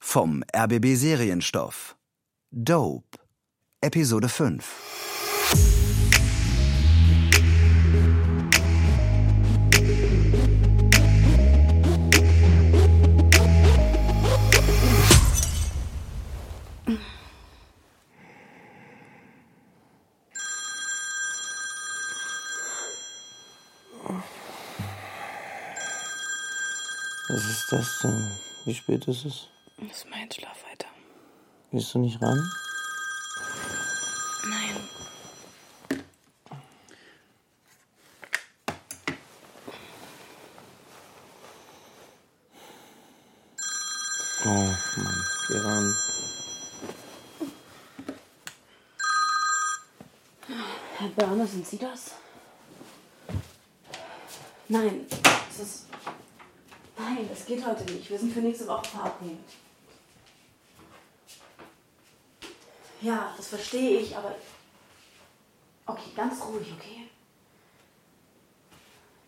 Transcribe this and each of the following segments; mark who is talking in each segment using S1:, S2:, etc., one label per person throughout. S1: Vom RBB Serienstoff. Dope. Episode 5.
S2: Was ist das denn? Wie spät ist es?
S3: Das ist mein Schlaf weiter.
S2: Gehst du nicht ran?
S3: Nein.
S2: Oh Mann, geh ran.
S3: Herr Börner, sind Sie das? Nein, das ist. Nein, das geht heute nicht. Wir sind für nächste Woche verabredet. Ja, das verstehe ich, aber. Okay, ganz ruhig, okay?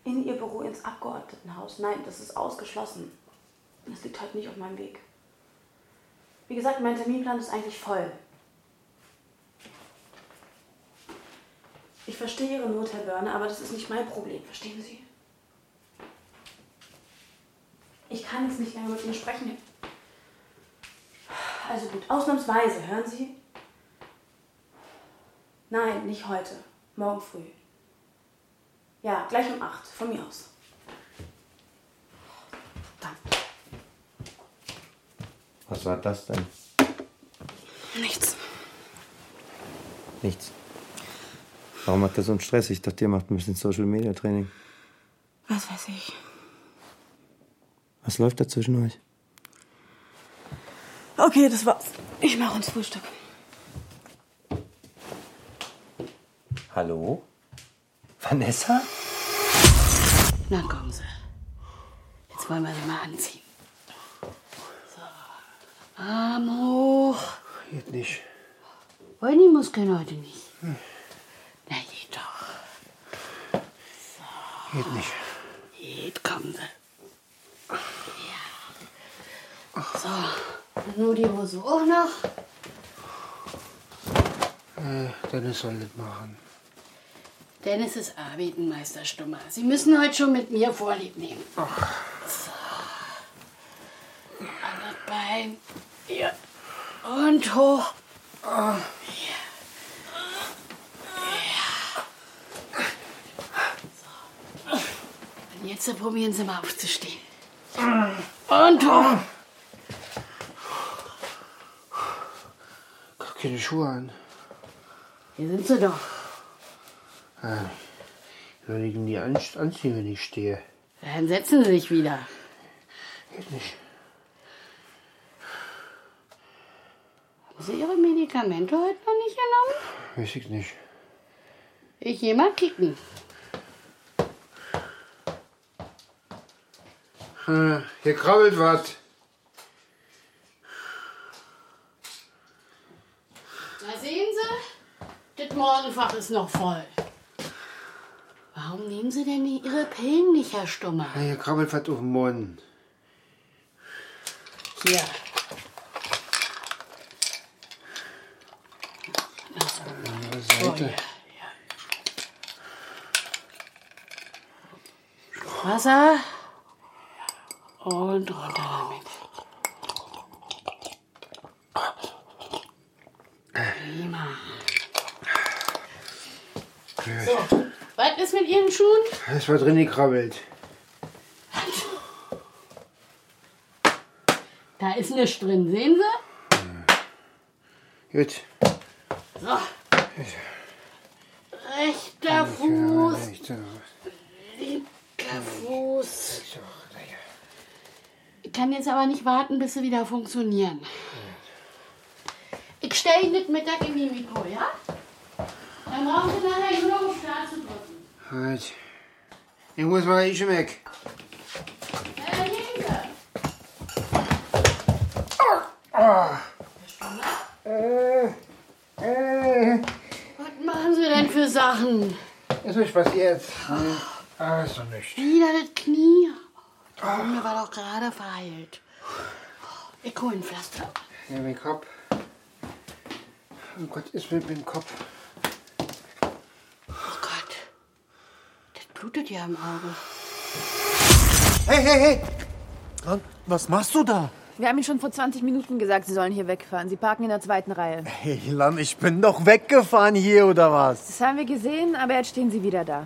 S3: In Ihr Büro ins Abgeordnetenhaus. Nein, das ist ausgeschlossen. Das liegt heute nicht auf meinem Weg. Wie gesagt, mein Terminplan ist eigentlich voll. Ich verstehe Ihre Not, Herr Börne, aber das ist nicht mein Problem, verstehen Sie? Ich kann jetzt nicht länger mit Ihnen sprechen. Also gut, ausnahmsweise, hören Sie? Nein, nicht heute. Morgen früh. Ja, gleich um 8, von mir aus. Verdammt.
S2: Was war das denn?
S3: Nichts.
S2: Nichts. Warum macht er so einen Stress? Ich dachte, ihr macht ein bisschen Social Media Training.
S3: Was weiß ich.
S2: Was läuft da zwischen euch?
S3: Okay, das war's. Ich mache uns Frühstück.
S2: Hallo? Vanessa?
S3: Na, kommen Sie. Jetzt wollen wir sie mal anziehen. So. Arm hoch.
S2: Geht nicht.
S3: Wollen die Muskeln heute nicht? Na, geht doch.
S2: Geht nicht.
S3: Geht, kommen Sie. Ja. So. Nur die Hose auch noch.
S4: Äh,
S2: Dennis soll mitmachen.
S5: Dennis ist arbeiten, Meister Stummer. Sie müssen heute schon mit mir Vorlieb nehmen. So. Anderes Bein. Hier. Und hoch. Oh. Ja. Ja. So. Und jetzt probieren Sie mal aufzustehen. Und hoch.
S4: Gar keine Schuhe an.
S5: Hier sind Sie doch.
S4: Soll ich denn die an anziehen, wenn ich stehe?
S5: Dann setzen Sie sich wieder.
S4: Geht nicht.
S5: Haben Sie Ihre Medikamente heute noch nicht genommen?
S4: Weiß ich nicht.
S5: Ich geh mal kicken.
S4: Äh, Hier krabbelt was.
S5: Na sehen Sie, das Morgenfach ist noch voll. Warum nehmen Sie denn die- Ihre Pillen nicht, Herr Stummer?
S4: Ja, Ah, Hier krabbelt was auf dem Mund.
S5: Hier. Das-
S4: Andere
S5: oh, ja,
S4: Seite.
S5: ja. Wasser und runter damit. Prima. So, was ist mit Ihren Schuhen?
S4: Das war drin gekrabbelt.
S5: Da ist nichts drin, sehen Sie?
S4: Gut.
S5: So. Rechter Fuß,
S4: Ich, äh,
S5: linker Fuß.
S4: so, naja.
S5: Ich kann jetzt aber nicht warten, bis sie wieder funktionieren. Ich stelle Ihnen das Mittag in die Mikro, ja? Dann brauchen Sie nachher nur noch auf Start zu drücken.
S4: Halt. Ich muss mal ich weg.
S5: Na, dann gehen Sie.
S4: Ah. Äh,
S5: Was machen Sie denn für Sachen?
S4: ist nicht passiert. Nee. Ah, ist doch nicht.
S5: Wieder das Knie. Der Junge war doch gerade verheilt. Ich hol ein Pflaster.
S6: Ja, mein Kopf. Oh Gott, ist mit dem Kopf.
S5: Oh Gott. Das blutet ja im Auge.
S2: Hey, hey, hey! Frank, was machst du da?
S3: Wir haben Ihnen schon vor 20 Minuten gesagt, Sie sollen hier wegfahren. Sie parken in der zweiten Reihe.
S2: Hey, Lan, ich bin doch weggefahren hier, oder was?
S3: Das haben wir gesehen, aber jetzt stehen Sie wieder da.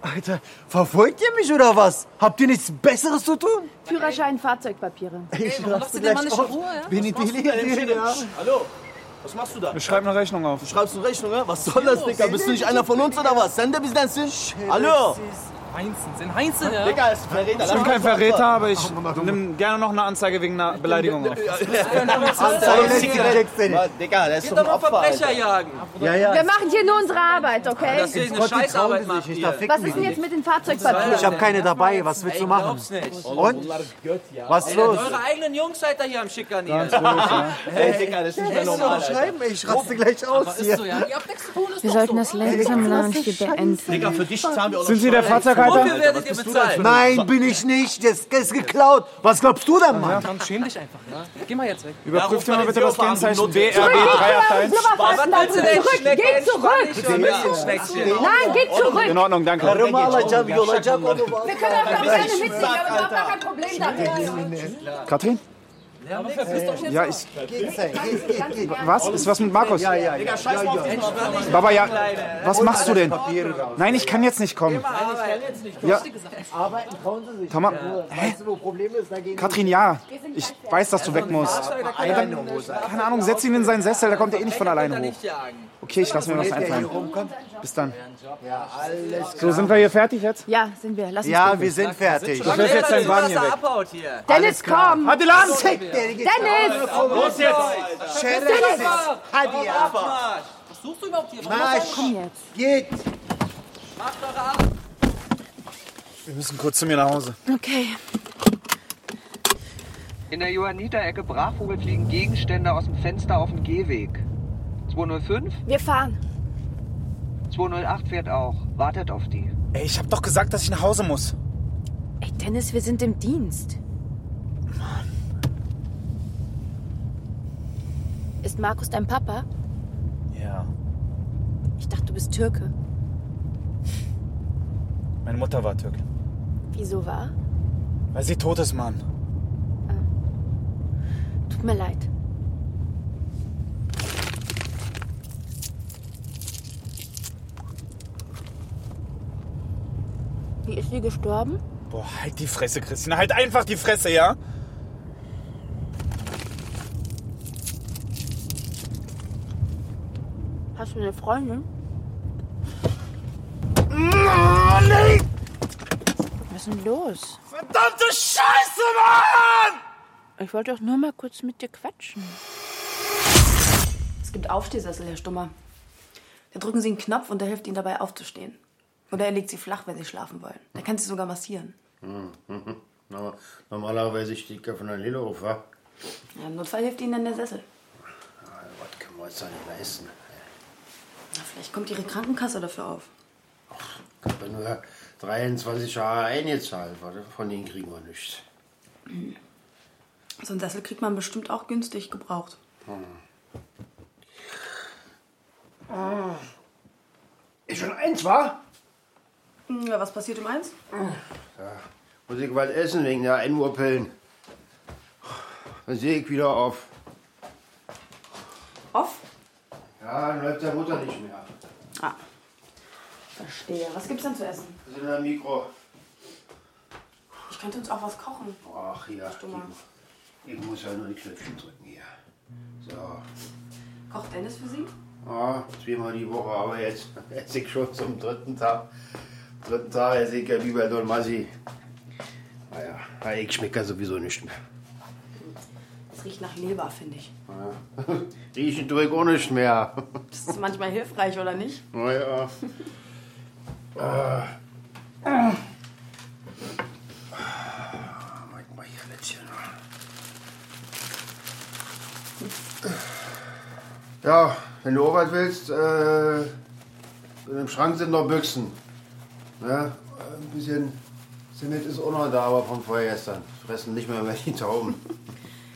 S2: Alter, verfolgt ihr mich, oder was? Habt ihr nichts Besseres zu tun?
S3: Führerschein, Fahrzeugpapiere.
S2: Ich lasse gleich auf. Bin ich billig, ja.
S7: Hallo? Was machst du da?
S8: Ich schreibe eine Rechnung auf.
S7: Du schreibst eine Rechnung, ja? Was soll das, Digga? Bist du nicht einer von uns oder was? Sende bis dein Sinn. Hallo?
S8: Heinzen, sind halt- Heinzen, ja?
S7: Digga, ist ein Verräter.
S8: Ich bin kein Verräter, aber ich nehme gerne noch eine Anzeige wegen einer Beleidigung auf.
S7: Mann, Digga, der ist doch ein Opfer, Alter.
S9: jagen.
S10: Ja, ja.
S3: Wir machen hier nur unsere Arbeit, okay?
S9: Dass ihr eine
S10: Gott, die
S9: Scheißarbeit
S10: trauen sich
S9: macht.
S10: nicht, da
S9: Ihr.
S10: ficken
S3: Was
S10: die
S3: ist denn
S10: dich.
S3: jetzt mit den Fahrzeugpapieren?
S2: Ich hab keine dabei, was willst du machen?
S9: Glaub's nicht.
S2: Und? Was ist los?
S9: Eure eigenen Jungs seid ihr hier am Schikanieren.
S7: Ey, Digga, das ist nicht
S2: Kannst du
S7: mehr
S2: doch
S7: normal, Alter.
S2: schreiben, ey, ich raste gleich aus hier.
S9: Ihr habt nichts zu tun, ist
S3: Wir
S9: doch
S3: sollten
S9: so.
S3: Oh, das langsam Lounge beenden.
S7: Digga, für dich zahlen wir auch noch
S8: Sind Sie der Fahrzeughalter?
S9: Wofür werdet ihr bezahlt?
S2: Nein, bin ich nicht. Das ist geklaut. Was glaubst du denn, Mann?
S8: Dann schäm dich einfach. Geh mal jetzt weg. Überprüft ja,
S7: Überprüft Ja, ruf
S8: mal
S7: mal
S8: bitte
S7: den
S8: das
S7: Führer an,
S8: Kennzeichen
S7: Notruf.
S8: BRB381.
S9: Was willst du denn?
S3: Zurück,
S9: Schnecken,
S3: geht
S9: entspann dich
S3: zurück!
S9: schon mal. Schneckchen.
S3: Nein, geht zurück!
S8: In Ordnung, danke.
S3: Wir können auch gar keine mitnehmen, wir haben überhaupt gar kein Problem damit.
S8: Katrin? Ja, ich. Was? Ist was mit Markus?
S7: Digga, scheiß mal auf diesen Opfer.
S8: Baba, ja. Was machst du denn? Nein, ich kann jetzt nicht kommen. Ja. Tamam. Hä? Katrin, ja. Ich weiß, dass du weg musst. Ja, dann, keine Ahnung, setz ihn in seinen Sessel, da kommt er eh nicht von alleine hoch.
S9: jagen.
S8: Okay, ich lasse mir was einfallen. Bis dann. So, sind wir hier fertig jetzt?
S3: Ja, sind wir. Lass uns
S2: Ja, wir sind fertig.
S8: Ich werfe jetzt deinen Wagen hier weg.
S9: abhaut hier.
S3: Dennis, komm!
S8: Halt den Laden!
S3: Dennis!
S7: Los jetzt!
S2: Hadi ab.
S9: Marsch. Was suchst du überhaupt hier?
S2: Marsch.
S3: Komm jetzt.
S2: Geht.
S9: Macht eure Arbeit.
S8: Wir müssen kurz zu mir nach Hause.
S3: Okay.
S11: In der Johanniter-Ecke Brachvogel fliegen Gegenstände aus dem Fenster auf den Gehweg. 205,
S3: Wir fahren.
S11: 208 fährt auch. Wartet auf die.
S8: Ey, ich hab doch gesagt, dass ich nach Hause muss.
S3: Ey, Dennis, wir sind im Dienst. Ist Markus dein Papa?
S8: Ja,
S3: Ich dachte, du bist Türke.
S8: meine Mutter war Türkin.
S3: Wieso war?
S8: Weil sie tot ist, Mann.
S3: Tut mir leid. Wie ist sie gestorben?
S8: Boah, halt die Fresse, Christina. Halt einfach die Fresse, ja?
S3: Hast du eine Freundin? Was ist denn los?
S8: Verdammte Scheiße, Mann!
S3: Ich wollte doch nur mal kurz mit dir quatschen.
S12: Es gibt Aufstehsessel, Herr Stummer. Da drücken Sie einen Knopf und der hilft Ihnen dabei aufzustehen. Oder er legt Sie flach, wenn Sie schlafen wollen. Er kann Sie sogar massieren.
S6: Mhm. Aber normalerweise steht ja von der Lille auf, wa?
S12: Ja, Im Notfall hilft Ihnen dann der Sessel.
S6: Ah, Was können wir uns da nicht leisten?
S12: Na, vielleicht kommt Ihre Krankenkasse dafür auf.
S6: Ich habe nur 23 Jahre eingezahlt, wa? von denen kriegen wir nichts.
S12: Hm. So einen Sessel kriegt man bestimmt auch günstig gebraucht.
S6: Mhm. Ah. Ist schon eins, wa? Ah.
S12: Ja, was passiert um eins?
S6: Muss ich was essen wegen der 1 Uhr Pillen. Dann sehe ich wieder auf.
S12: Off?
S6: Ja, dann läuft der Mutter nicht mehr.
S12: Ah. Verstehe. Was gibt's denn zu essen?
S6: Das ist in der Mikro.
S12: Ich könnte uns auch was kochen.
S6: Ach ja,
S12: Stummer.
S6: ich, ich muss ja nur die Knöpfchen drücken hier. So,
S12: Kocht Dennis für Sie?
S6: ja, zweimal die Woche, aber jetzt esse ich schon zum dritten Tag. Dritten Tag esse ich ja wie bei Don Massi. Naja, na, Ah, ich schmecke ja sowieso nicht mehr.
S12: Es riecht nach Leber, finde ich.
S6: Ah Ja. Riechen tue ich auch nicht mehr.
S12: Das ist manchmal hilfreich, oder nicht?
S6: Naja. Ah. Ah, mach mal hier Lätzchen. Ja, wenn du auch was willst, äh, im äh, Schrank sind noch Büchsen. Ne? Ein bisschen Zement ist auch noch da, aber von vorgestern. Fressen nicht mehr mehr die Tauben.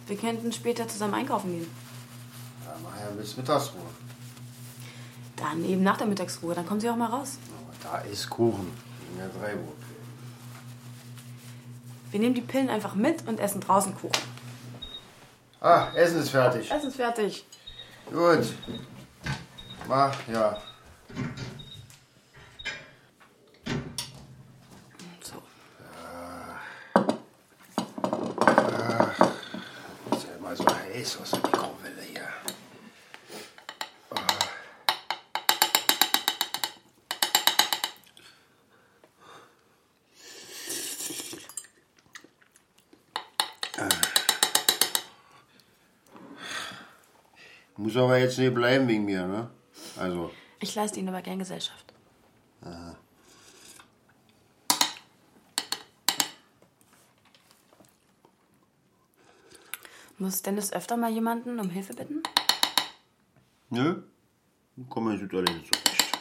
S3: Wir könnten später zusammen einkaufen gehen.
S6: Ja, mach ja bis Mittagsruhe.
S3: Dann eben nach der Mittagsruhe, dann kommen sie auch mal raus.
S6: Da ist Kuchen. In der drei Uhr.
S3: Wir nehmen die Pillen einfach mit und essen draußen Kuchen.
S6: Ah, Essen ist fertig.
S3: Essen ist fertig.
S6: Gut. Mach, ja.
S3: So.
S6: Ist ja immer so heiß aus der Mikrowelle hier. Ah. Muss aber jetzt nicht bleiben wegen mir, ne? Also. äh,
S3: Ich leiste ihnen aber gern Gesellschaft.
S6: Aha.
S3: Muss Dennis öfter mal jemanden um Hilfe bitten?
S6: Nö, komm in Südallinie zurecht.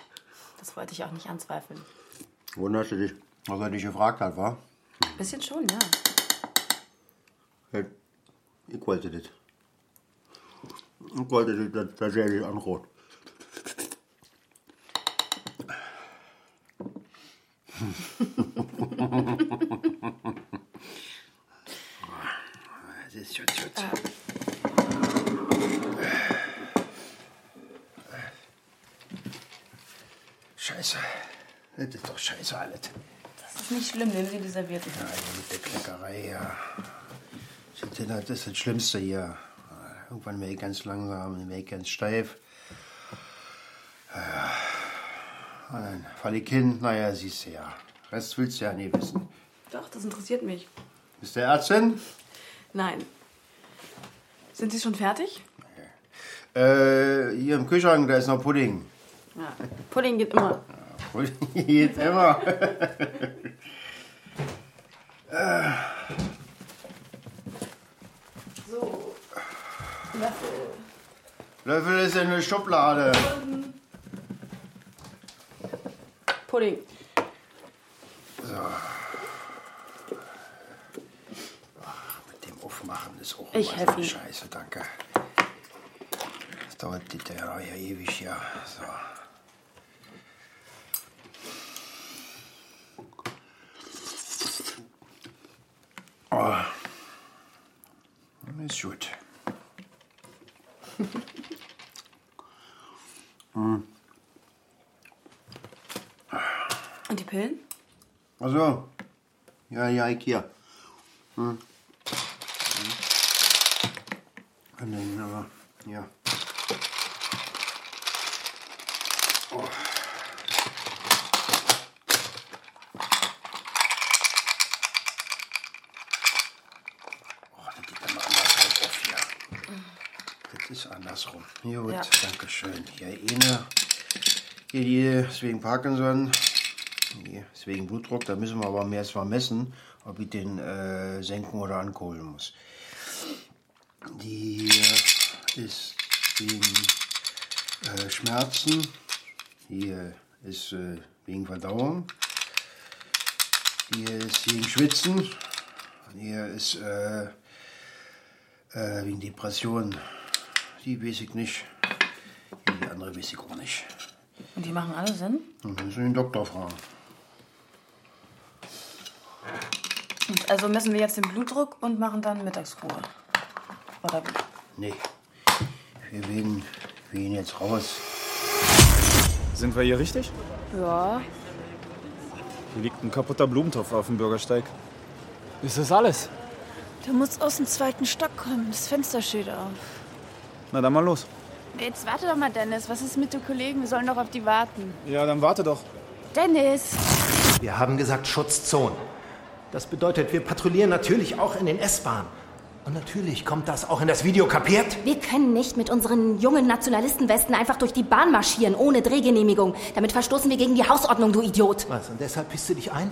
S3: Das wollte ich auch nicht anzweifeln.
S6: Wunderst du dich, was er dich gefragt hat, wa?
S3: Bisschen schon, ja.
S6: Ich wollte das. Ich wollte das dass- dass er dich anrot. Es ist schon gut. Scheiße. Das ist doch scheiße alles.
S3: Das ist nicht schlimm, nehmen Sie die Servietten.
S6: Ja, hier mit der Kleckerei hier. Seht ihr, Das ist das Schlimmste hier. Irgendwann werde ich ganz langsam, dann werde ich ganz steif. Ja. Und Dann falle ich hin, naja, siehst du ja. Rest willst du ja nie wissen.
S3: Doch, das interessiert mich.
S6: Ist der Ärztin?
S3: Nein. Sind Sie schon fertig?
S6: Äh, hier im Kühlschrank, da ist noch Pudding.
S3: Ja. Pudding geht immer.
S6: Pudding geht immer. Äh,
S3: So. Löffel.
S6: Löffel ist in der Schublade.
S3: Pudding.
S6: So. Ach, Mit dem Aufmachen ist auch
S3: Ich
S6: immer
S3: helf
S6: so eine
S3: Ihnen.
S6: Scheiße, danke. Das dauert die ja ja ewig, ja. So. Oh. Ist gut. Hm.
S3: Und die Pillen?
S6: Also, ja, ja, ich hier. Hm. Hm. Nein, aber, ja. Oh. Oh, das geht immer andersrum auf hier. Das ist andersrum. Ja, Gut,
S3: Ja.
S6: danke schön. Hier eine, hier die ist wegen Parkinson. Nee, ist wegen Blutdruck, da müssen wir aber mehr erst mal messen, ob ich den äh, senken oder ankohlen muss. Die äh, ist wegen äh, Schmerzen, die äh, ist äh, wegen Verdauung, die ist wegen Schwitzen, die ist äh, äh, wegen Depressionen. Die weiß ich nicht, die andere weiß ich auch nicht.
S3: Und die machen alle Sinn?
S6: Dann müssen wir den Doktor fragen.
S3: Und Also messen wir jetzt den Blutdruck und machen dann Mittagsruhe. Oder wie?
S6: Nee. Wir wählen, wählen jetzt raus.
S13: Sind wir hier richtig?
S14: Ja.
S13: Hier liegt ein kaputter Blumentopf auf dem Bürgersteig. Ist das alles?
S14: Du musst aus dem zweiten Stock kommen. Das Fenster steht auf.
S13: Na dann mal los.
S14: Jetzt warte doch mal, Dennis. Was ist mit den Kollegen? Wir sollen doch auf die warten.
S15: Ja, dann warte doch.
S14: Dennis!
S8: Wir haben gesagt Schutzzonen. Das bedeutet, wir patrouillieren natürlich auch in den S-Bahnen. Und natürlich kommt das auch in das Video, kapiert?
S16: Wir können nicht mit unseren jungen Nationalistenwesten einfach durch die Bahn marschieren, ohne Drehgenehmigung. Damit verstoßen wir gegen die Hausordnung, du Idiot.
S8: Was, und deshalb pisst du dich ein?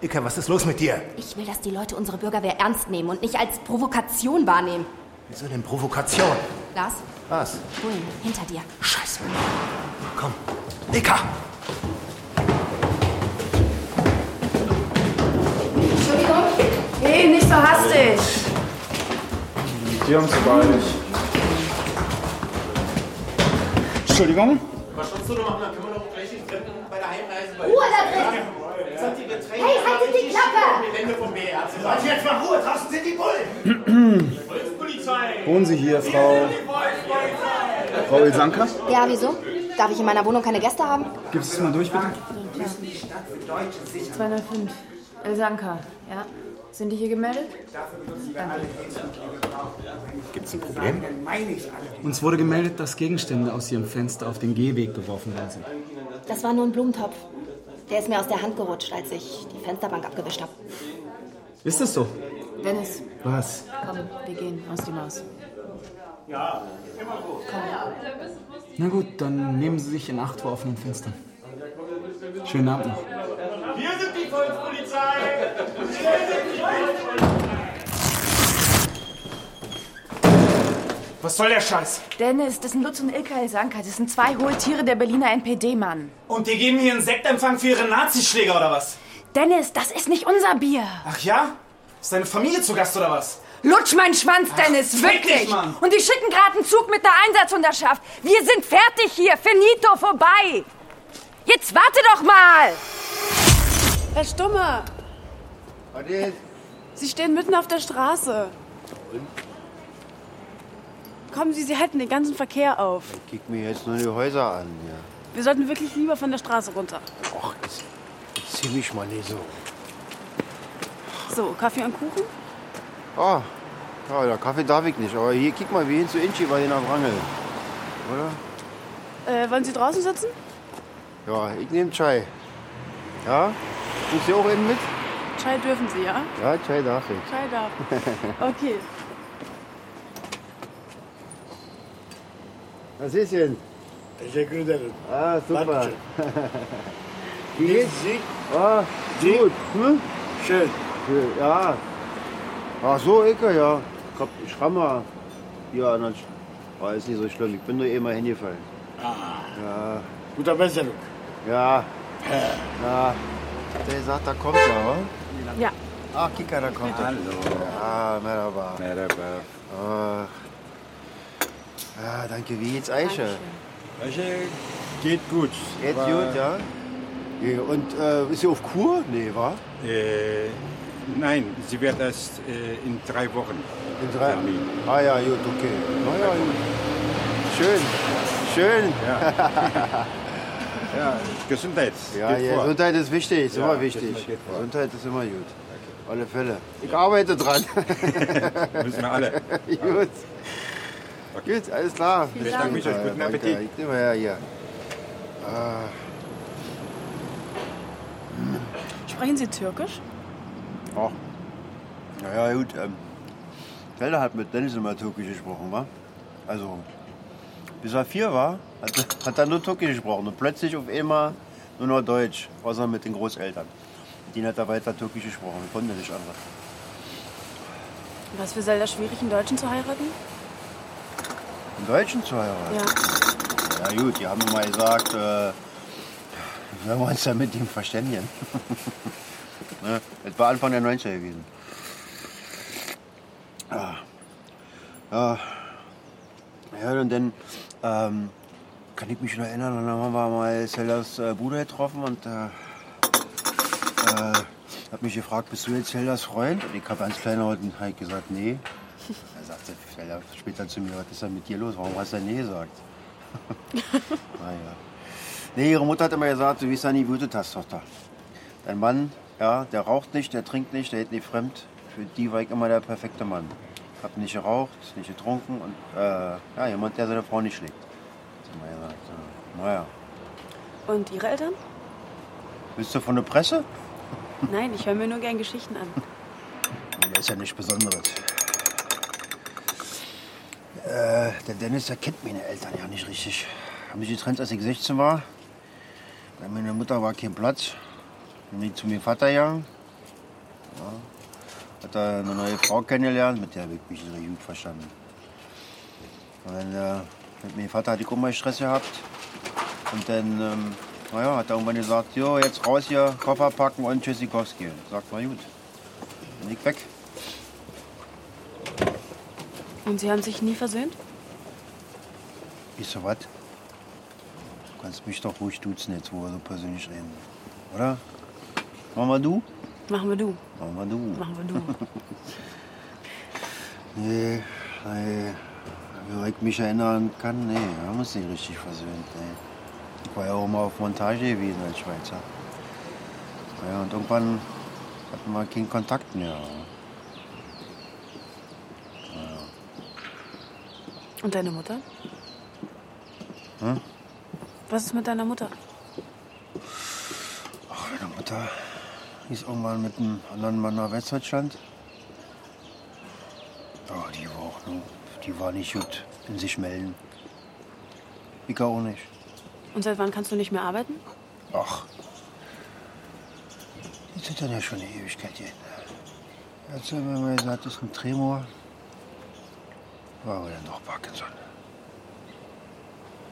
S8: Ika, was ist los mit dir?
S16: Ich will, dass die Leute unsere Bürgerwehr ernst nehmen und nicht als Provokation wahrnehmen.
S8: Wieso denn Provokation?
S16: Lars,
S8: Was?
S16: Bullen, hinter dir.
S8: Scheiße. Komm, Ika!
S14: Entschuldigung. Hey, nicht so hastig.
S17: Wir haben es dabei. Entschuldigung?
S8: Was sollst du noch machen? Dann können wir doch gleich die Treppen bei der Heimreise. bei-
S3: Ruhe da drin!
S8: Jetzt hat die Getränke.
S3: Hey, haltet die Klappe!
S8: Die Wände vom BR. Sie sagen jetzt mal Ruhe, draußen sind die Bullen. Polizei.
S17: Wohnen Sie hier, Frau. Frau Ilsanka?
S16: Ja, wieso? Darf ich in meiner Wohnung keine Gäste haben?
S17: Gibst du es mal durch,
S8: Ah,
S17: bitte?
S3: 205. Elsanka, ja? Sind die hier gemeldet? Danke.
S18: Gibt's ein Problem?
S9: Uns wurde gemeldet, dass Gegenstände aus ihrem Fenster auf den Gehweg geworfen worden sind.
S16: Das war nur ein Blumentopf. Der ist mir aus der Hand gerutscht, als ich die Fensterbank abgewischt habe.
S9: Ist das so?
S3: Dennis,
S9: Was?
S3: komm, wir gehen aus dem Haus.
S8: Ja, immer gut.
S9: Na gut, dann nehmen Sie sich in Acht vor offenen Fenstern. Schönen Abend noch.
S8: Wir sind die Volkspolizei. Wir sind die Volkspolizei.
S19: Was soll der Scheiß?
S3: Dennis, das sind Lutz und Ilka Elsanka. Das sind zwei hohe Tiere der Berliner NPD, Mann.
S19: Und die geben hier einen Sektempfang für ihre Nazischläger oder was?
S3: Dennis, das ist nicht unser Bier.
S19: Ach ja? Ist deine Familie zu Gast oder was?
S3: Lutsch meinen Schwanz, Dennis,
S19: fick
S3: wirklich!
S19: dich, Mann.
S3: und die schicken gerade einen Zug mit einer Einsatzhunderschaft. Wir sind fertig hier, finito, vorbei. Jetzt warte doch mal! Herr Stumme,
S4: Was ist?
S3: Sie stehen mitten auf der Straße.
S4: Und?
S3: Kommen Sie, Sie halten den ganzen Verkehr auf.
S4: Kick mir jetzt nur die Häuser an. Ja.
S3: Wir sollten wirklich lieber von der Straße runter.
S4: Och, jetzt, jetzt zieh mich mal nicht so.
S3: So, Kaffee und Kuchen?
S4: Ah, ja, der Kaffee darf ich nicht. Aber hier, kick mal, wir gehen zu Inchi bei den am Rangel. Oder?
S3: Äh, wollen Sie draußen sitzen?
S4: Ja, ich nehme Chai. Ja? Nimmst du auch einen mit?
S3: Chai dürfen Sie, ja?
S4: Ja, Chai darf ich.
S3: Chai darf. Okay.
S4: Was ist denn?
S6: Ich grüße dich.
S4: Ah, super.
S6: Dankeschön.
S4: Wie geht's? Ah, gut. Hm? Schön. Ja. Ach so, Ecke, ja. Ich hab ich Schrammer. Ja, dann war Oh, ist nicht so schlimm. Ich bin nur eh mal hingefallen.
S6: Ah,
S4: Ja.
S6: guter Besserung.
S4: Ja. Ja. Der sagt, da kommt er, wa?
S3: Ja.
S4: Ah, Kika, da kommt er. Hallo. Ja, merhaba. Merhaba. Ach. Ja, danke. Wie geht's Aisha? Aisha geht gut. Geht
S6: Aber-
S4: gut, ja? Ja, Und äh, ist sie auf Kur? Nee, wa?
S6: Äh, nein, sie wird erst äh, in drei Wochen.
S4: In drei? Ah ja, gut, okay. Na ja, gut. Schön. Schön. Ja.
S6: Ja, Gesundheit.
S4: Ja,
S6: geht
S4: ja,
S6: vor.
S4: Gesundheit ist wichtig, ist
S6: Ja,
S4: immer wichtig.
S6: Gesundheit geht vor.
S4: Gesundheit ist immer gut. Auf Alle Fälle. Ich arbeite dran.
S6: Müssen wir alle.
S4: gut. Gut, alles klar.
S6: Ich bedanke mich, euch guten
S4: Danke.
S6: Appetit.
S4: Ich nehme her hier. Ah,
S3: Sprechen Sie Türkisch?
S4: ach. Na ja, gut. Ähm, Felder hat mit Dennis immer Türkisch gesprochen, wa? Also, bis er vier war, hat, hat er nur Türkisch gesprochen. Und plötzlich auf einmal nur noch Deutsch, außer mit den Großeltern. Mit denen hat er weiter Türkisch gesprochen. Wir konnten ja nicht anders.
S3: Was für Zelda schwierig, einen Deutschen zu heiraten?
S4: Einen Deutschen zu heiraten?
S3: Ja.
S4: Ja gut, die haben mal gesagt, äh, sollen wir uns da mit ihm verständigen. ne? Das war Anfang der 90er gewesen. Ah. Ja. ja, und dann ähm, kann ich mich noch erinnern, dann haben wir mal Zeldas äh, Bruder getroffen und äh, äh, hat mich gefragt, bist du jetzt Zeldas Freund? Und ich habe ganz klein heute halt gesagt, nee. Er sagte Zelda später zu mir, was ist denn mit dir los? Warum hast du denn nee gesagt? naja. Nee, ihre Mutter hat immer gesagt, du wirst ja nie wütet hast, Tochter. Dein Mann, ja, der raucht nicht, der trinkt nicht, der hält nicht fremd. Für die war ich immer der perfekte Mann. Hab nicht geraucht, nicht getrunken und äh, ja, jemand, der seine Frau nicht schlägt. Hat sie immer gesagt. Ja. Naja.
S3: Und Ihre Eltern?
S4: Bist du von der Presse?
S3: Nein, ich höre mir nur gern Geschichten an.
S4: Das ist ja nichts Besonderes. Äh, der Dennis, der kennt meine Eltern ja nicht richtig. Haben sich getrennt, als ich 16 war. Bei meiner Mutter war kein Platz. Bin ich zu meinem Vater gegangen. Ja. Hat er eine neue Frau kennengelernt, mit der habe ich mich sehr gut verstanden. Und dann, äh, mit meinem Vater hatte ich auch mal Stress gehabt. Und dann, ähm, naja, hat er irgendwann gesagt, jo, jetzt raus hier, Koffer packen und Tschüssikowski. Sagt mal gut. Dann bin ich weg.
S3: Und Sie haben sich nie versöhnt?
S4: Weißt du was? Du kannst mich doch ruhig duzen jetzt, wo wir so persönlich reden. Oder? Machen wir du?
S3: Machen wir du.
S4: Machen wir du.
S3: Machen wir du.
S4: nee, nee. Wie ich mich erinnern kann, nee, wir haben uns nicht richtig versöhnt. Nee. Ich war ja auch mal auf Montage gewesen als Schweizer. Ja, und irgendwann hatten wir keinen Kontakt mehr.
S3: Und deine Mutter?
S4: Hm?
S3: Was ist mit deiner Mutter?
S4: Meine Mutter ist irgendwann mit einem anderen Mann nach Westdeutschland. Ja, die war auch nur, die war nicht gut in sich melden. Ich auch nicht.
S3: Und seit wann kannst du nicht mehr arbeiten?
S4: Ach. Das sind dann ja schon eine Ewigkeit hier. Er hat selber mal gesagt, das ist ein Tremor. War aber dann doch Parkinson.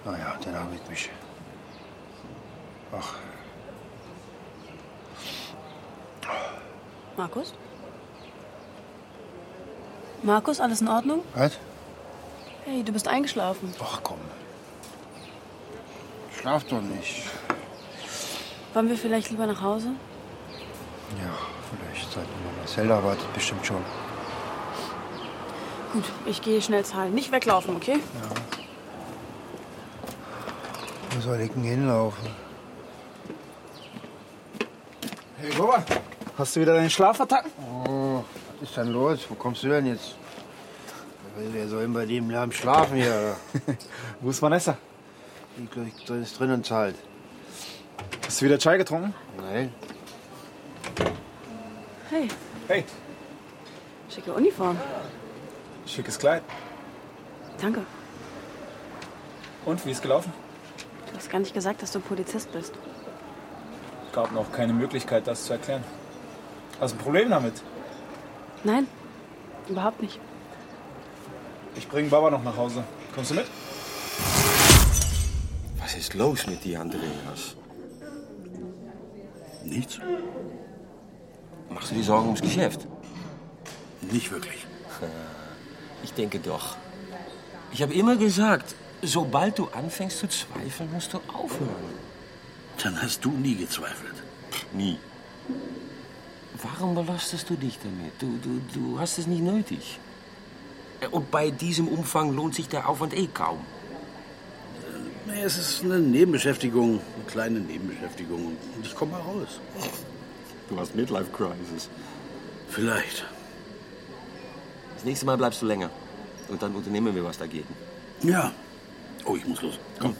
S4: Naja, dann habe ich mich. Ach,
S3: Markus? Markus, alles in Ordnung?
S4: was?
S3: Hey, du bist eingeschlafen.
S4: Ach komm. Schlaf doch nicht.
S3: Wollen wir vielleicht lieber nach Hause?
S4: Ja, vielleicht sollten wir mal. Zelda wartet bestimmt schon.
S3: Gut, ich gehe schnell zahlen. Nicht weglaufen, okay?
S4: Wo soll ich denn hinlaufen?
S8: Hey, guck mal. Hast du wieder deinen Schlafattacken?
S4: Oh, was ist denn los? Wo kommst du denn jetzt? Wer soll denn bei dem Lärm schlafen hier?
S8: Wo ist Vanessa?
S4: Ich glaube, ich ist drin und zahlt.
S8: Hast du wieder Chai getrunken?
S4: Nein.
S3: Hey,
S8: Hey,
S3: schicke Uniform.
S8: schickes Kleid.
S3: Danke.
S20: Und wie ist gelaufen?
S3: Du hast gar nicht gesagt, dass du Polizist bist.
S20: Gab noch keine Möglichkeit, das zu erklären. Hast ein Problem damit?
S3: Nein, überhaupt nicht.
S20: Ich bringe Baba noch nach Hause. Kommst du mit?
S9: Was ist los mit dir, Andreas? Nichts. Machst du dir Sorgen ums Geschäft? Nicht wirklich. Äh, Ich denke doch. Ich habe immer gesagt, sobald du anfängst zu zweifeln, musst du aufhören. Dann hast du nie gezweifelt. Nie. Warum belastest du dich damit? Du, du, du hast es nicht nötig. Und bei diesem Umfang lohnt sich der Aufwand eh kaum.
S7: Nee, es ist eine Nebenbeschäftigung, eine kleine Nebenbeschäftigung. Und ich komme mal raus.
S9: Du hast Midlife Crisis.
S7: Vielleicht.
S9: Das nächste Mal bleibst du länger. Und dann unternehmen wir was dagegen.
S7: Ja. Oh, ich muss los. Komm.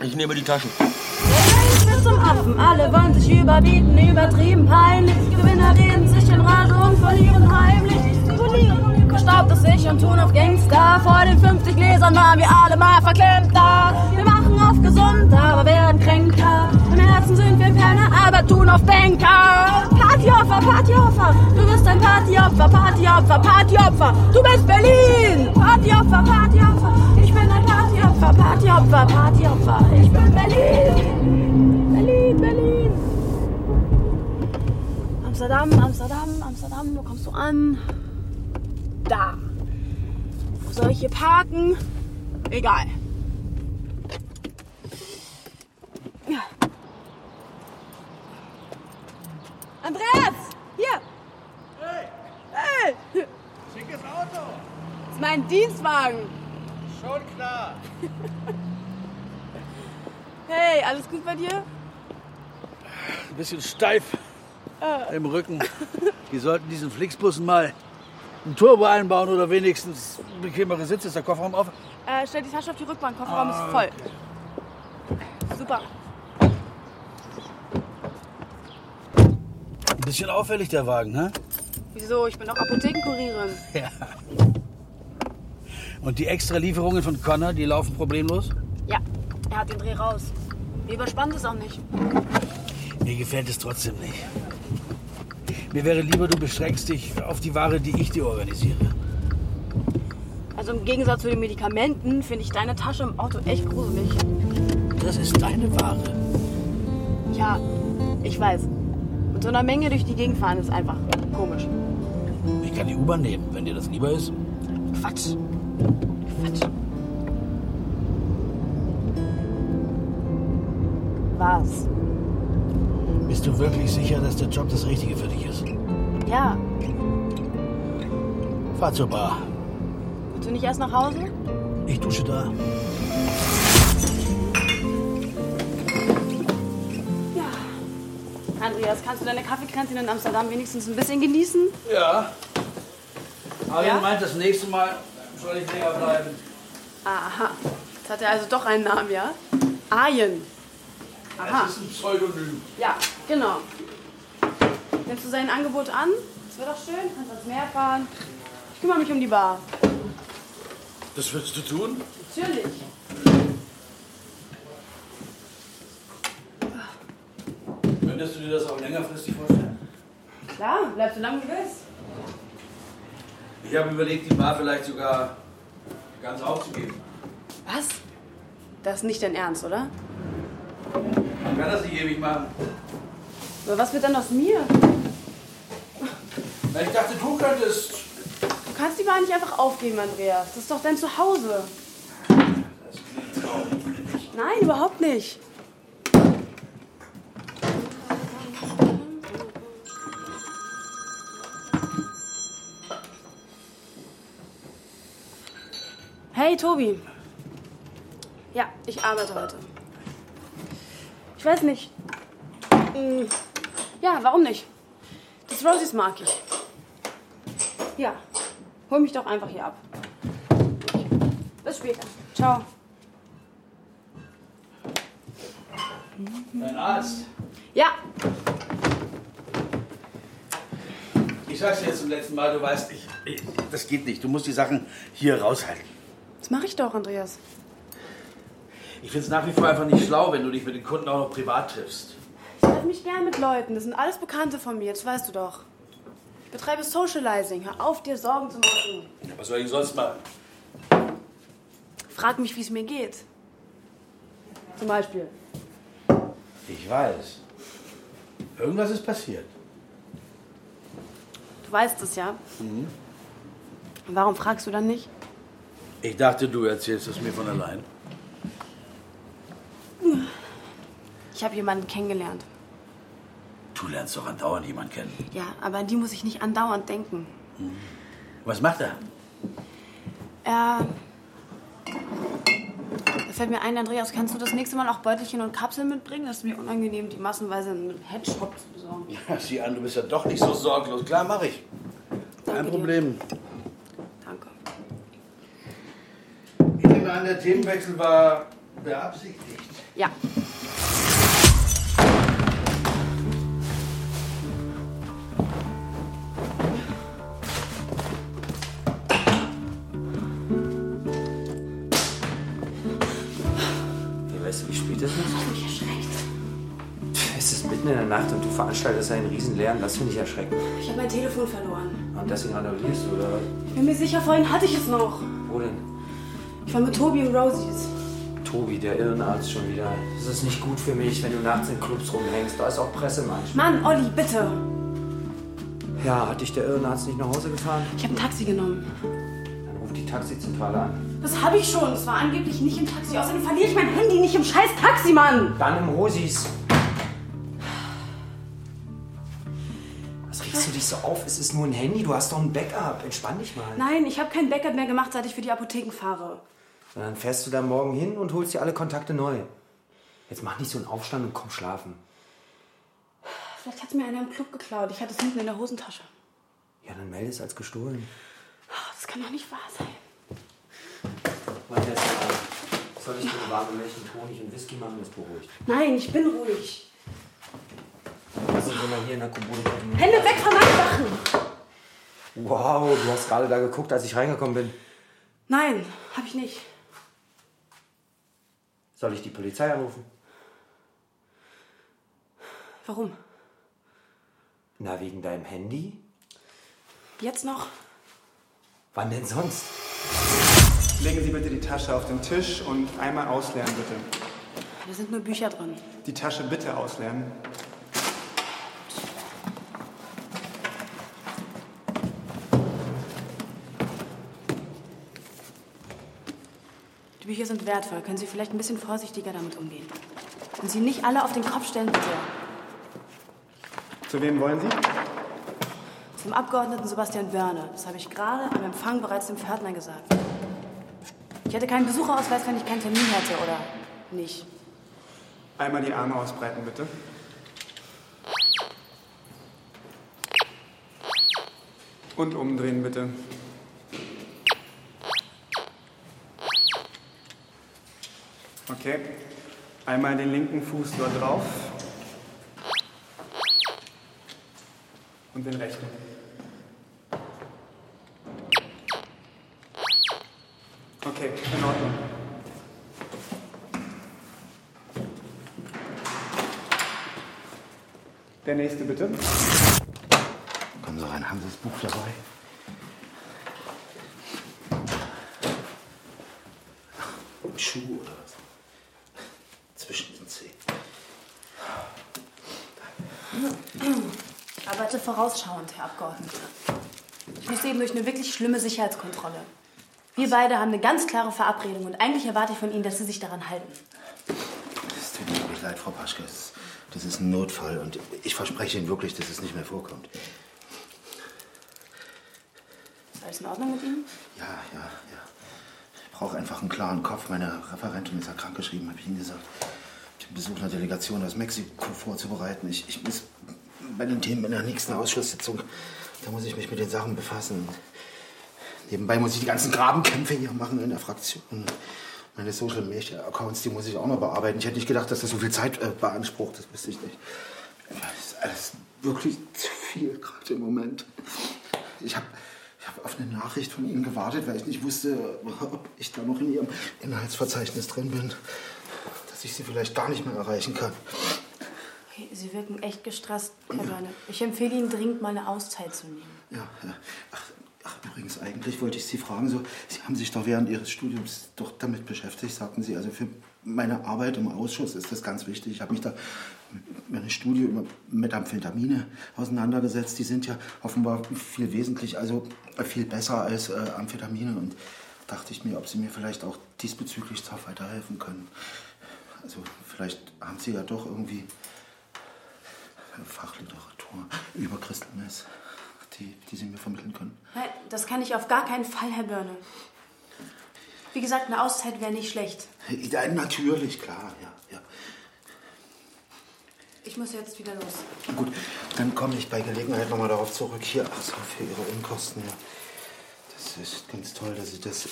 S9: Ich nehme die Taschen.
S21: bis zum Affen. Alle wollen sich überbieten, übertrieben, peinlich. Gewinner reden sich in Rage und verlieren heimlich. Titulieren gestaubtes Ich und tun auf Gangster. Vor den 50 Gläsern waren wir alle mal verklemmt da. Wir machen auf gesund, aber werden kränker. Im Herzen sind wir Penner, aber tun auf Banker. Partyopfer, Partyopfer, du bist ein Partyopfer, Partyopfer, Partyopfer. Du bist Berlin. Partyopfer, Partyopfer, ich bin ein Partyopfer, Partyopfer, Partyopfer. Ich bin Berlin. Berlin, Berlin.
S3: Amsterdam, Amsterdam, Amsterdam, wo kommst du an? Da. Wo soll ich hier parken? Egal. Ja.
S21: Andreas! Hier! Hey! Hey!
S22: Schickes Auto!
S21: Das ist mein Dienstwagen!
S22: Schon klar!
S21: Hey, alles gut bei dir?
S7: Ein bisschen steif
S21: Äh,
S7: im Rücken. Die sollten diesen Flixbussen mal einen Turbo einbauen oder wenigstens bequemere Sitze. Ist der Kofferraum auf?
S3: Äh, stell die Tasche auf die Rückbank, Kofferraum
S7: Ah,
S3: ist voll. Super.
S7: Ein bisschen auffällig, der Wagen, ne?
S3: Wieso? Ich bin doch Apothekenkurierin.
S7: Ja. Und die extra Lieferungen von Connor, die laufen problemlos?
S3: Ja, er hat den Dreh raus. Wir überspannen es auch nicht.
S7: Mir gefällt es trotzdem nicht. Mir wäre lieber, du beschränkst dich auf die Ware, die ich dir organisiere.
S3: Also im Gegensatz zu den Medikamenten finde ich deine Tasche im Auto echt gruselig.
S7: Das ist deine Ware.
S3: Ja, ich weiß. Mit so einer Menge durch die Gegend fahren ist einfach komisch.
S7: Ich kann die U-Bahn nehmen, wenn dir das lieber ist.
S23: Quatsch.
S3: Was?
S7: Bist du wirklich sicher, dass der Job das Richtige für dich ist?
S3: Ja.
S7: Fahr zur Bar.
S3: Willst du nicht erst nach Hause?
S7: Ich dusche da.
S3: Andreas, kannst du deine Kaffeekränzchen in Amsterdam wenigstens ein bisschen genießen?
S7: Ja. Arjen
S3: Ja?
S7: meint, das nächste Mal soll ich länger bleiben.
S3: Aha. Jetzt hat er also doch einen Namen, ja? Arjen. Aha.
S7: Das ist ein Pseudonym.
S3: Ja, genau. Nimmst du sein Angebot an? Das wäre doch schön. Kannst ans Meer fahren. Ich kümmere mich um die Bar.
S7: Das willst du tun?
S3: Natürlich.
S7: Könntest du dir das auch längerfristig vorstellen?
S3: Klar, bleib so lange wie du willst.
S7: Ich habe überlegt, die Bar vielleicht sogar ganz aufzugeben.
S3: Was? Das ist nicht dein Ernst, oder?
S7: Man kann das nicht ewig machen.
S3: Aber was wird dann aus mir?
S7: Na, ich dachte, du könntest.
S3: Du kannst die Bar nicht einfach aufgeben, Andreas. Das ist doch dein Zuhause. Nein, überhaupt nicht. Hey, Tobi. Ja, ich arbeite heute. Ich weiß nicht. Hm, Ja, warum nicht? Das Rosies mag ich. Ja, hol mich doch einfach hier ab. Bis später. Ciao.
S7: Dein Arzt.
S3: Ja,
S7: Ich sag's dir jetzt zum letzten Mal, du weißt, ich, ich, das geht nicht. Du musst die Sachen hier raushalten.
S3: das mache ich doch, Andreas.
S7: Ich find's nach wie vor einfach nicht schlau, wenn du dich mit den Kunden auch noch privat triffst.
S3: Ich treffe mich gern mit Leuten. Das sind alles Bekannte von mir, das weißt du doch. Ich betreibe Socializing. Hör auf, dir Sorgen zu machen.
S7: Ja, Was soll ich sonst machen?
S3: Frag mich, wie es mir geht. Zum Beispiel.
S7: Ich weiß. Irgendwas ist passiert.
S3: Du weißt es ja.
S7: Mhm.
S3: Warum fragst du dann nicht?
S7: Ich dachte, du erzählst es mir von allein.
S3: Ich habe jemanden kennengelernt.
S7: Du lernst doch andauernd jemanden kennen.
S3: Ja, aber an die muss ich nicht andauernd denken.
S7: Was macht er?
S3: Äh. Da fällt mir ein, Andreas, kannst du das nächste Mal auch Beutelchen und Kapseln mitbringen? Das ist mir unangenehm, die massenweise in einem Headshop zu besorgen.
S7: Ja, sieh an, du bist ja doch nicht so sorglos. Klar, mach ich. Kein Problem.
S3: Danke.
S7: Ich nehme an, der Themenwechsel war beabsichtigt.
S3: Ja.
S2: Hey, weißt du, wie spät es ist? Ich hab mich erschreckt. Es ist mitten in der Nacht und du veranstaltest einen riesen Lärm. Lass mich nicht erschrecken.
S3: Ich habe mein Telefon verloren.
S2: Und deswegen annullierst du, oder was?
S3: Ich bin mir sicher, vorhin hatte ich es noch.
S2: Wo denn?
S3: Ich war mit Tobi und Rosies.
S2: Tobi, der Irrenarzt schon wieder. Das ist nicht gut für mich, wenn du nachts in Clubs rumhängst. Da ist auch Presse manchmal.
S3: Mann, Olli, bitte.
S2: Ja, hat dich der Irrenarzt nicht nach Hause gefahren?
S3: Ich habe ein Taxi genommen.
S2: Dann ruf die Taxizentrale an.
S3: Das habe ich schon. Es war angeblich nicht im Taxi. Außerdem verliere ich mein Handy nicht im scheiß Taxi, Mann.
S2: Dann im Hosis. Was regst du dich so auf? Es ist nur ein Handy. Du hast doch ein Backup. Entspann dich mal.
S3: Nein, ich habe kein Backup mehr gemacht, seit ich für die Apotheken fahre.
S2: Und dann fährst du da morgen hin und holst dir alle Kontakte neu. Jetzt mach nicht so einen Aufstand und komm schlafen.
S3: Vielleicht hat mir einer im Club geklaut. Ich hatte es hinten in der Hosentasche.
S2: Ja, dann melde es als gestohlen.
S3: Oh, das kann doch nicht wahr sein.
S2: Warte erst mal. Soll ich dir eine warme Milch und Honig und Whisky machen? Das beruhigt.
S3: Nein, ich bin ruhig.
S2: Lass uns mal hier in der Kommode gucken.
S3: Hände weg von meinen Sachen.
S2: Wow, du hast gerade da geguckt, als ich reingekommen bin.
S3: Nein, habe ich nicht.
S2: Soll ich die Polizei anrufen?
S3: Warum?
S2: Na, wegen deinem Handy?
S3: Jetzt noch?
S2: Wann denn sonst?
S8: Legen Sie bitte die Tasche auf den Tisch und einmal ausleeren, bitte.
S3: Da sind nur Bücher drin.
S8: Die Tasche bitte ausleeren.
S3: Die Bücher sind wertvoll. Können Sie vielleicht ein bisschen vorsichtiger damit umgehen? Und sie nicht alle auf den Kopf stellen, bitte.
S24: Zu wem wollen Sie?
S3: Zum Abgeordneten Sebastian Wörner. Das habe ich gerade am Empfang bereits dem Pförtner gesagt. Ich hätte keinen Besucherausweis, wenn ich keinen Termin hätte, oder nicht?
S24: Einmal die Arme ausbreiten, bitte. Und umdrehen, bitte. Okay. Einmal den linken Fuß dort drauf. Und den rechten. Okay, in Ordnung. Der nächste bitte.
S25: Kommen Sie rein, haben Sie das Buch dabei?
S24: Ein Schuh oder was? Zwischen den Zehen.
S3: Arbeite vorausschauend, Herr Abgeordneter. Ich muss eben durch eine wirklich schlimme Sicherheitskontrolle. Wir beide haben eine ganz klare Verabredung und eigentlich erwarte ich von Ihnen, dass Sie sich daran halten.
S25: Es tut mir wirklich leid, Frau Paschke. Es- Das ist ein Notfall und ich verspreche Ihnen wirklich, dass es nicht mehr vorkommt.
S3: Ist alles in Ordnung mit Ihnen?
S25: Ja, ja, ja. Ich brauche einfach einen klaren Kopf. Meine Referentin ist ja krank geschrieben, habe ich Ihnen gesagt. Den Besuch einer Delegation aus Mexiko vorzubereiten. Ich, ich muss bei den Themen in der nächsten Ausschusssitzung, da muss ich mich mit den Sachen befassen. Nebenbei muss ich die ganzen Grabenkämpfe hier machen in der Fraktion. Meine Social Media Accounts, die muss ich auch noch bearbeiten. Ich hätte nicht gedacht, dass das so viel Zeit äh, beansprucht. Das wusste ich nicht. Das ist alles wirklich zu viel gerade im Moment. Ich habe ich hab auf eine Nachricht von Ihnen gewartet, weil ich nicht wusste, ob ich da noch in Ihrem Inhaltsverzeichnis drin bin. Dass ich Sie vielleicht gar nicht mehr erreichen kann.
S3: Okay, Sie wirken echt gestresst, Herr Börne. Ich empfehle Ihnen dringend, mal eine Auszeit zu nehmen.
S25: Ja, ja. Ach, ach, übrigens, eigentlich wollte ich Sie fragen, so, Sie haben sich doch während Ihres Studiums doch damit beschäftigt, sagten Sie. Also für meine Arbeit im Ausschuss ist das ganz wichtig. Ich habe mich da mit meinem Studium mit Amphetamine auseinandergesetzt. Die sind ja offenbar viel wesentlich, also viel besser als äh, Amphetamine. Und dachte ich mir, ob Sie mir vielleicht auch diesbezüglich da weiterhelfen können. Also vielleicht haben Sie ja doch irgendwie äh, Fachliteratur über Crystal Meth, die, die Sie mir vermitteln können.
S3: Nein, das kann ich auf gar keinen Fall, Herr Börne. Wie gesagt, eine Auszeit wäre nicht schlecht.
S25: Ja, Äh, natürlich, klar, ja, ja.
S3: Ich muss jetzt wieder los.
S25: Gut, dann komme ich bei Gelegenheit nochmal darauf zurück. Hier, ach so, für Ihre Unkosten, ja. Das ist ganz toll, dass Sie das äh,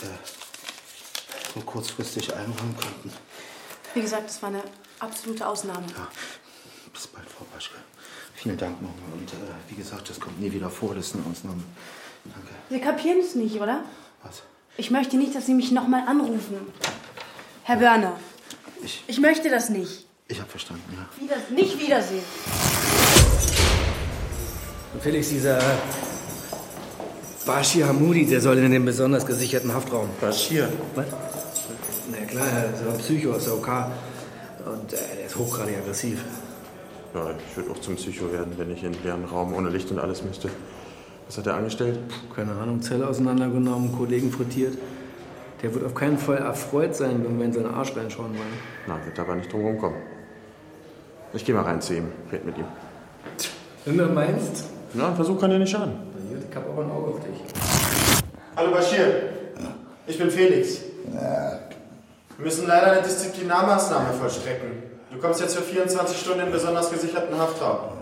S25: so kurzfristig einräumen konnten.
S3: Wie gesagt, das war eine absolute Ausnahme.
S25: Bis bald, Frau Paschke. Vielen Dank nochmal. Und äh, wie gesagt, das kommt nie wieder vor, das ist eine Ausnahme. Danke.
S3: Sie kapieren es nicht, oder?
S25: Was?
S3: Ich möchte nicht, dass Sie mich nochmal anrufen. Herr Börne,
S25: Ich,
S3: ich möchte das nicht.
S25: ich habe verstanden, ja.
S3: Wieder, nicht wiedersehen.
S7: Und Felix, dieser Bashir Hamudi, der soll in den besonders gesicherten Haftraum. Bashir? Was? Na klar, so ein Psycho ist ja okay. Und äh, der ist hochgradig aggressiv.
S26: Ja, ich würde auch zum Psycho werden, wenn ich in den leeren Raum ohne Licht und alles müsste. Was hat er angestellt?
S9: Keine Ahnung, Zelle auseinandergenommen, Kollegen frittiert. Der wird auf keinen Fall erfreut sein, wenn wir in seinen Arsch reinschauen wollen.
S26: Na, wird aber nicht drum rumkommen. Ich gehe mal rein zu ihm, red mit ihm.
S9: Wenn du meinst.
S26: Na, ein Versuch kann dir nicht schaden.
S9: Ich hab auch ein Auge auf dich.
S8: Hallo Bashir, ich bin Felix. Wir müssen leider eine Disziplinarmaßnahme vollstrecken. Du kommst jetzt für 24 Stunden in besonders gesicherten Haftraum.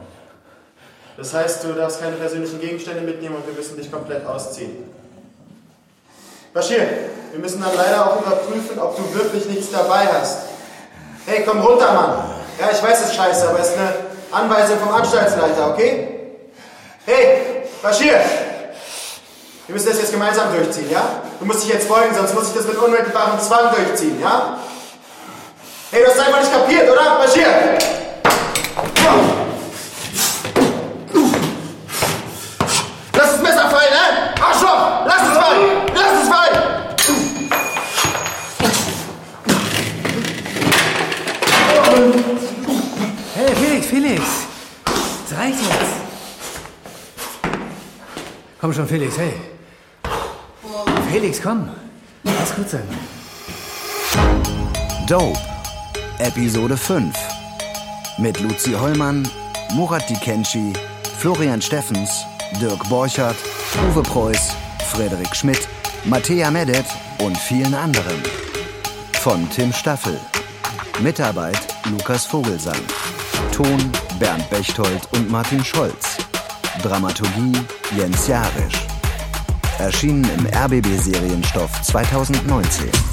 S8: Das heißt, du darfst keine persönlichen Gegenstände mitnehmen und wir müssen dich komplett ausziehen. Bashir, wir müssen dann leider auch überprüfen, ob du wirklich nichts dabei hast. Hey, komm runter, Mann. Ja, ich weiß, es ist scheiße, aber es ist eine Anweisung vom Anstaltsleiter, okay? Hey, Bashir! Wir müssen das jetzt gemeinsam durchziehen, ja? Du musst dich jetzt folgen, sonst muss ich das mit unmittelbarem Zwang durchziehen, ja? Hey, du hast es einfach nicht kapiert, oder? Bashir! Lass das Messer fallen, ne? Arschloch! Lass es fallen! Lass es fallen!
S27: Hey, Felix, Felix! Das reicht jetzt!
S9: Komm schon, Felix, hey. Felix, komm. Lass gut sein.
S1: Dope, Episode 5. Mit Luzi Hollmann, Murat Dikenci, Florian Steffens, Dirk Borchert, Uwe Preuß, Frederik Schmidt, Mattea Medet und vielen anderen. Von Tim Staffel. Mitarbeit Lukas Vogelsang. Ton Bernd Bechtold und Martin Scholz. Dramaturgie Jens Jarisch. Erschienen im RBB Serienstoff 2019.